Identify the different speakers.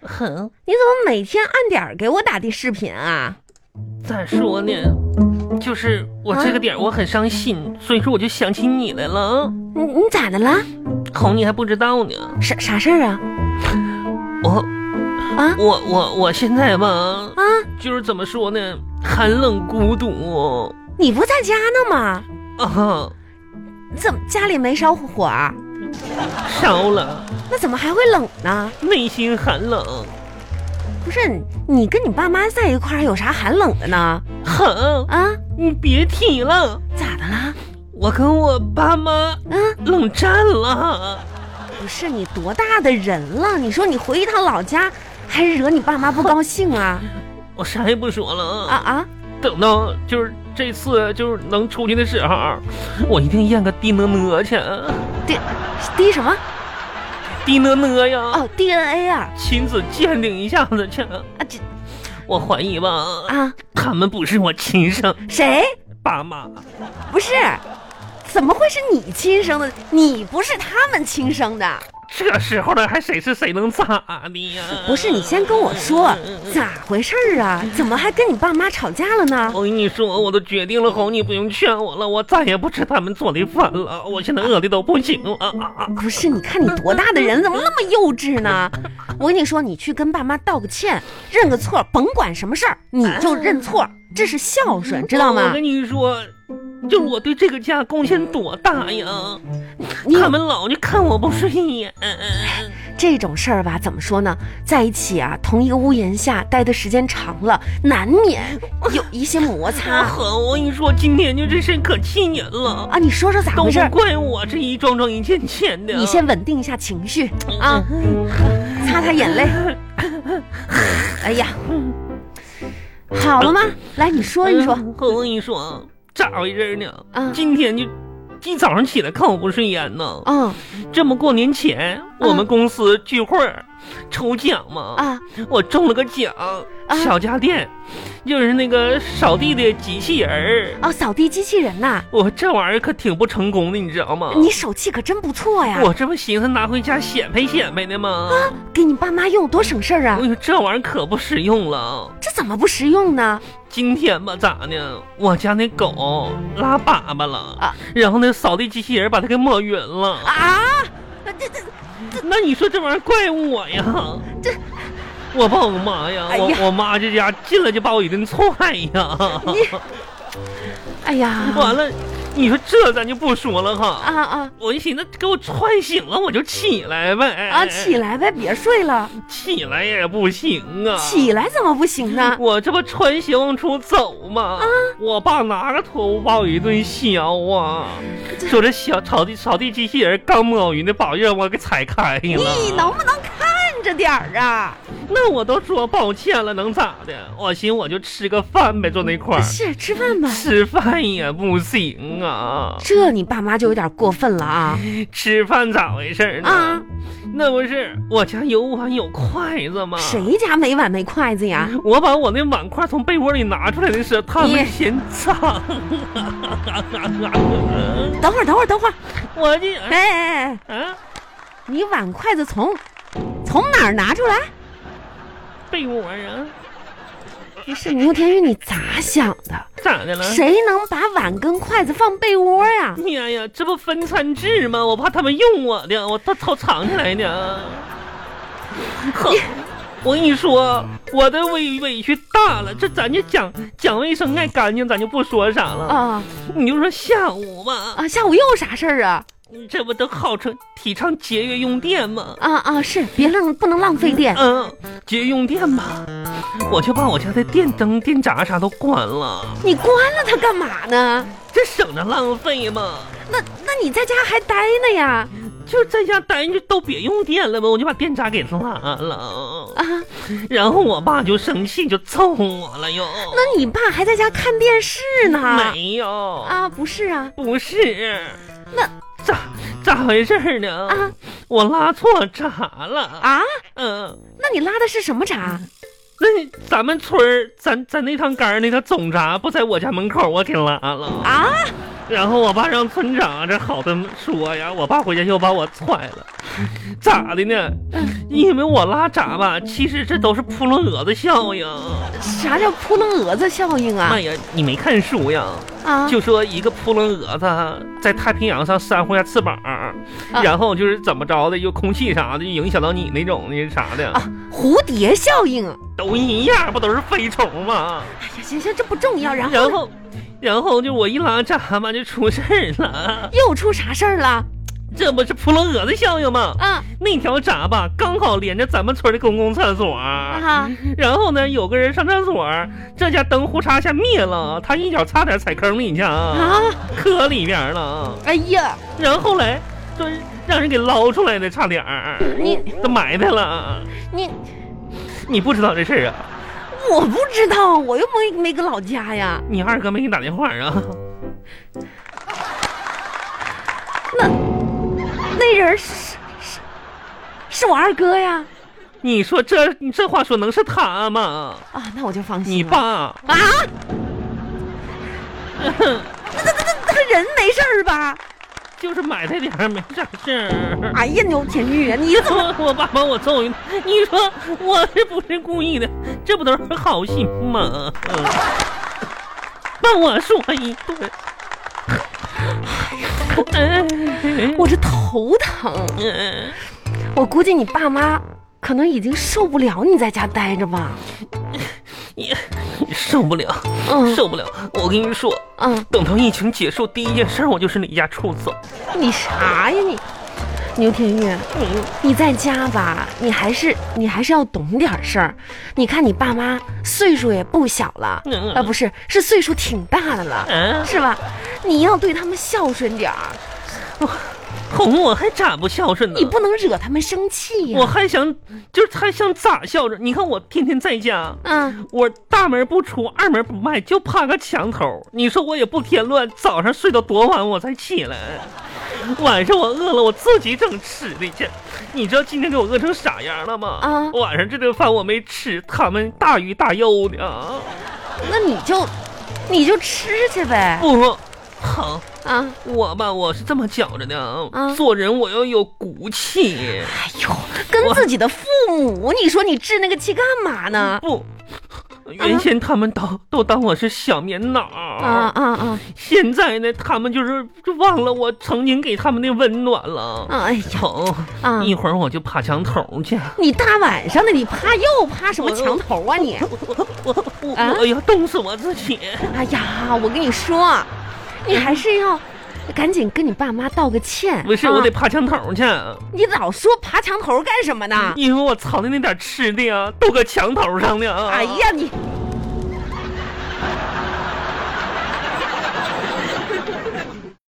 Speaker 1: 很，你怎么每天按点儿给我打的视频啊？
Speaker 2: 咋说呢？就是我这个点儿我很伤心，所以说我就想起你来了啊。
Speaker 1: 你你咋的了？
Speaker 2: 哄你还不知道呢。
Speaker 1: 啥啥事儿啊？
Speaker 2: 我
Speaker 1: 啊
Speaker 2: 我我我现在吧，
Speaker 1: 啊，
Speaker 2: 就是怎么说呢，寒冷孤独
Speaker 1: 你不在家呢吗？
Speaker 2: 啊，
Speaker 1: 怎么家里没烧火儿？
Speaker 2: 烧了，
Speaker 1: 那怎么还会冷呢？
Speaker 2: 内心寒冷，
Speaker 1: 不是你跟你爸妈在一块儿有啥寒冷的呢？
Speaker 2: 哼，
Speaker 1: 啊，
Speaker 2: 你别提了，
Speaker 1: 咋的啦？
Speaker 2: 我跟我爸妈
Speaker 1: 啊，
Speaker 2: 冷战了。
Speaker 1: 不是你多大的人了？你说你回一趟老家，还惹你爸妈不高兴啊？
Speaker 2: 我啥也不说了
Speaker 1: 啊
Speaker 2: 啊！
Speaker 1: 啊！
Speaker 2: 等到就是这次就是能出去的时候，我一定验个 DNA 去啊
Speaker 1: 滴滴什么？
Speaker 2: ，DNA 呀，
Speaker 1: 哦，DNA 啊
Speaker 2: 亲子鉴定一下子去。
Speaker 1: 啊这
Speaker 2: 我怀疑吧，
Speaker 1: 啊
Speaker 2: 他们不是我亲生
Speaker 1: 谁？
Speaker 2: 爸妈，
Speaker 1: 不是，怎么会是你亲生的？你不是他们亲生的。
Speaker 2: 这时候了还谁是谁能咋的呀？
Speaker 1: 不是，你先跟我说咋回事儿啊？怎么还跟你爸妈吵架了呢？
Speaker 2: 我跟你说，我都决定了，红，你不用劝我了，我再也不吃他们做的饭了，我现在饿的都不行了。
Speaker 1: 不是，你看你多大的人，怎么那么幼稚呢？我跟你说，你去跟爸妈道个歉，认个错，甭管什么事儿，你就认错，这是孝顺，知道
Speaker 2: 我
Speaker 1: 吗
Speaker 2: 跟？你说，就是我对这个家贡献多大呀！
Speaker 1: 你
Speaker 2: 他们老就看我不顺眼，
Speaker 1: 这种事儿吧，怎么说呢？在一起啊，同一个屋檐下待的时间长了，难免有一些摩
Speaker 2: 啊，
Speaker 1: 擦
Speaker 2: 好，我跟你说，今天就这事可气人了，
Speaker 1: 啊。你说说咋
Speaker 2: 都
Speaker 1: 回事
Speaker 2: 不
Speaker 1: 儿？
Speaker 2: 怪我这一桩桩一件件的。啊
Speaker 1: 你先稳定一下情绪
Speaker 2: 嗯
Speaker 1: 啊，擦擦 眼泪。哎呀，好了吗？来，你说一说
Speaker 2: 嗯我跟你说，咋回事呢？
Speaker 1: 啊。
Speaker 2: 今天就一早上起来看我不顺眼呢。
Speaker 1: 嗯
Speaker 2: 这不过年前我们公司聚会儿抽奖嘛，
Speaker 1: 啊
Speaker 2: 我中了个奖，小家电，就是那个扫地的机器人儿。
Speaker 1: 哦，扫地机器人呐、
Speaker 2: 我这玩意儿可挺不成功的，你知道吗？
Speaker 1: 你手气可真不错呀！
Speaker 2: 嗯我这不寻思拿回家显摆显摆呢
Speaker 1: 啊
Speaker 2: 吗？
Speaker 1: 给你爸妈用多省事儿
Speaker 2: 我
Speaker 1: 啊！
Speaker 2: 跟你说，这玩意儿可不实用了。
Speaker 1: 这怎么不实用呢？
Speaker 2: 今天吧，咋呢？我家那狗拉粑粑了，
Speaker 1: 啊
Speaker 2: 然后那扫地机器人把它给抹匀了。
Speaker 1: 啊，这这
Speaker 2: 那你说这玩意儿怪我呀？这，我爸我妈呀，
Speaker 1: 哎
Speaker 2: 我
Speaker 1: 呀
Speaker 2: 我妈这家进来就把我一顿踹呀。
Speaker 1: 哎呀，
Speaker 2: 完了，你说这咱就不说了哈。
Speaker 1: 啊啊
Speaker 2: 我一寻思，给我踹醒了，我就起来呗。
Speaker 1: 啊！起，来呗，别睡了，
Speaker 2: 起来也不行啊。
Speaker 1: 起来怎么不行呢？
Speaker 2: 我这不穿鞋往出走吗？我爸拿个拖布把我一顿削啊，说这小扫地扫地机器人刚抹匀的把让我给踩开了。
Speaker 1: 你能不能看着点儿啊？
Speaker 2: 那我都说抱歉了，能咋的？我寻我就吃个饭呗，坐 那块儿
Speaker 1: 是吃饭吧。
Speaker 2: 吃饭也不行啊，
Speaker 1: 这你爸妈就有点过分了啊！
Speaker 2: 吃饭咋回事呢？
Speaker 1: 啊，
Speaker 2: 那不是我家有碗有筷子吗？
Speaker 1: 谁家没碗没筷子呀？
Speaker 2: 我把我那碗筷从被窝里拿出来的时候，他
Speaker 1: 你
Speaker 2: 们嫌脏。啊
Speaker 1: 等会儿，等会儿，等会儿！
Speaker 2: 我这
Speaker 1: 哎哎哎，
Speaker 2: 啊，
Speaker 1: 你碗筷子从从哪儿拿出来？
Speaker 2: 被窝啊，
Speaker 1: 不是牛天宇，你咋想的？
Speaker 2: 咋的了？
Speaker 1: 谁能把碗跟筷子放被窝呀？
Speaker 2: 天呀，这不分餐制吗？我怕他们用我的，我都偷藏起来呢。哼，我跟你说，我的委委屈大了。这咱就讲讲卫生，爱干净，咱就不说啥了。
Speaker 1: 啊
Speaker 2: 你就说下午吧，
Speaker 1: 啊！下午又啥事儿啊？
Speaker 2: 这不都号称提倡节约用电吗？
Speaker 1: 啊啊！是，别浪，不能浪费电。
Speaker 2: 嗯，节约用电吧，我就把我家的电灯、电闸啥都关了，
Speaker 1: 你关了它干嘛呢？
Speaker 2: 这省着浪费嘛。
Speaker 1: 那那你在家还待呢呀？
Speaker 2: 就在家待着都别用电了吧，我就把电闸给拉了。
Speaker 1: 啊，
Speaker 2: 然后我爸就生气，就揍我了又。
Speaker 1: 那你爸还在家看电视呢？
Speaker 2: 没有，
Speaker 1: 啊，不是啊，
Speaker 2: 不是，
Speaker 1: 那
Speaker 2: 咋咋回事呢？
Speaker 1: 啊
Speaker 2: 我拉错闸了啊，
Speaker 1: 啊，
Speaker 2: 嗯、
Speaker 1: 那你拉的是什么闸？
Speaker 2: 那咱们村儿，咱咱那趟杆儿那个总闸不在我家门口，我给拉了。
Speaker 1: 啊，
Speaker 2: 然后我爸让村长这好的说呀，我爸回家又把我踹了， 咋的呢？
Speaker 1: 嗯
Speaker 2: 因为我拉闸吧，其实这都是扑棱蛾子效应。
Speaker 1: 啥叫扑棱蛾子效应啊
Speaker 2: 妈？呀，你没看书呀？
Speaker 1: 啊，
Speaker 2: 就说一个扑棱蛾子在太平洋上扇呼一下翅膀，
Speaker 1: 啊
Speaker 2: 然后就是怎么着的，又空气啥的就影响到你那种那啥的，
Speaker 1: 啊，蝴蝶效应啊！
Speaker 2: 都一样，不都是飞虫吗？
Speaker 1: 哎呀，行行，这不重要。然
Speaker 2: 然
Speaker 1: 后呢
Speaker 2: 后，然后就我一拉闸嘛，就出事儿了。
Speaker 1: 又出啥事儿了？
Speaker 2: 这不是扑棱蛾子效应吗？
Speaker 1: 啊
Speaker 2: 那条闸吧，刚好连着咱们村的公共厕所。
Speaker 1: 啊！
Speaker 2: 然后呢，有个人上厕所，这家灯呼嚓一下灭了，他一脚差点踩坑里去啊，
Speaker 1: 啊！
Speaker 2: 磕里边了。
Speaker 1: 哎呀，
Speaker 2: 然后后来，这让人给捞出来的，差点儿
Speaker 1: 你
Speaker 2: 都埋汰了。
Speaker 1: 你
Speaker 2: 你不知道这事儿啊？
Speaker 1: 我不知道，我又没没搁老家呀。
Speaker 2: 你二哥没给你打电话啊？
Speaker 1: 那人是是是我二哥呀。
Speaker 2: 你说这你这话说能是他吗？
Speaker 1: 啊，那我就放心了。
Speaker 2: 你爸
Speaker 1: 啊？那那那那他人没事儿吧？
Speaker 2: 就是埋汰点儿，没啥事儿。
Speaker 1: 哎呀，牛田玉啊，你怎么？
Speaker 2: 我爸把我揍一顿，你说我是不是故意的？这不都是好心吗？嗯把我说一顿，哎
Speaker 1: 我这头疼，
Speaker 2: 嗯
Speaker 1: 我估计你爸妈可能已经受不了你在家待着吧。
Speaker 2: 你受不了，
Speaker 1: 嗯
Speaker 2: 受不了！我跟你说，
Speaker 1: 嗯，
Speaker 2: 等到疫情结束，第一件事我就是离家出走。
Speaker 1: 你啥呀你？牛田玉，
Speaker 2: 嗯，
Speaker 1: 你在家吧，你还是你还是要懂点事儿。你看你爸妈岁数也不小了，
Speaker 2: 嗯
Speaker 1: 啊不是，是岁数挺大的了，
Speaker 2: 啊，
Speaker 1: 是吧？你要对他们孝顺点儿，
Speaker 2: 哄我还咋不孝顺呢
Speaker 1: 你？不能惹他们生气呀、
Speaker 2: 我还想，就是还想咋孝顺？你看我天天在家，
Speaker 1: 嗯，
Speaker 2: 我大门不出，二门不迈，就怕个墙头。你说我也不添乱，早上睡到多晚我才起来，晚上我饿了我自己整吃的去。你知道今天给我饿成啥样了吗？
Speaker 1: 啊
Speaker 2: 晚上这顿饭我没吃，他们大鱼大肉的啊，
Speaker 1: 那你就你就吃去呗。
Speaker 2: 不。好，
Speaker 1: 啊，
Speaker 2: 我吧，我是这么觉着的啊，
Speaker 1: 啊
Speaker 2: 做人我要有骨气，
Speaker 1: 哎呦，跟自己的父母，你说你置那个气干嘛呢？
Speaker 2: 不，原先他们都、都当我是小棉袄
Speaker 1: 啊啊啊！
Speaker 2: 现在呢，他们就是就忘了我曾经给他们的温暖了。
Speaker 1: 哎呀，
Speaker 2: 疼、
Speaker 1: 啊
Speaker 2: 一会儿我就爬墙头去。
Speaker 1: 你大晚上的，你怕又怕什么
Speaker 2: 我
Speaker 1: 墙头啊你？
Speaker 2: 我我我、
Speaker 1: 啊
Speaker 2: 哎呀，冻死我自己！
Speaker 1: 哎呀，我跟你说，你还是要赶紧跟你爸妈道个歉。
Speaker 2: 嗯不是，
Speaker 1: 啊
Speaker 2: 我得爬墙头去，
Speaker 1: 你老说爬墙头干什么呢？
Speaker 2: 因为我藏的那点吃的啊，都搁墙头上呢。
Speaker 1: 哎，呀，你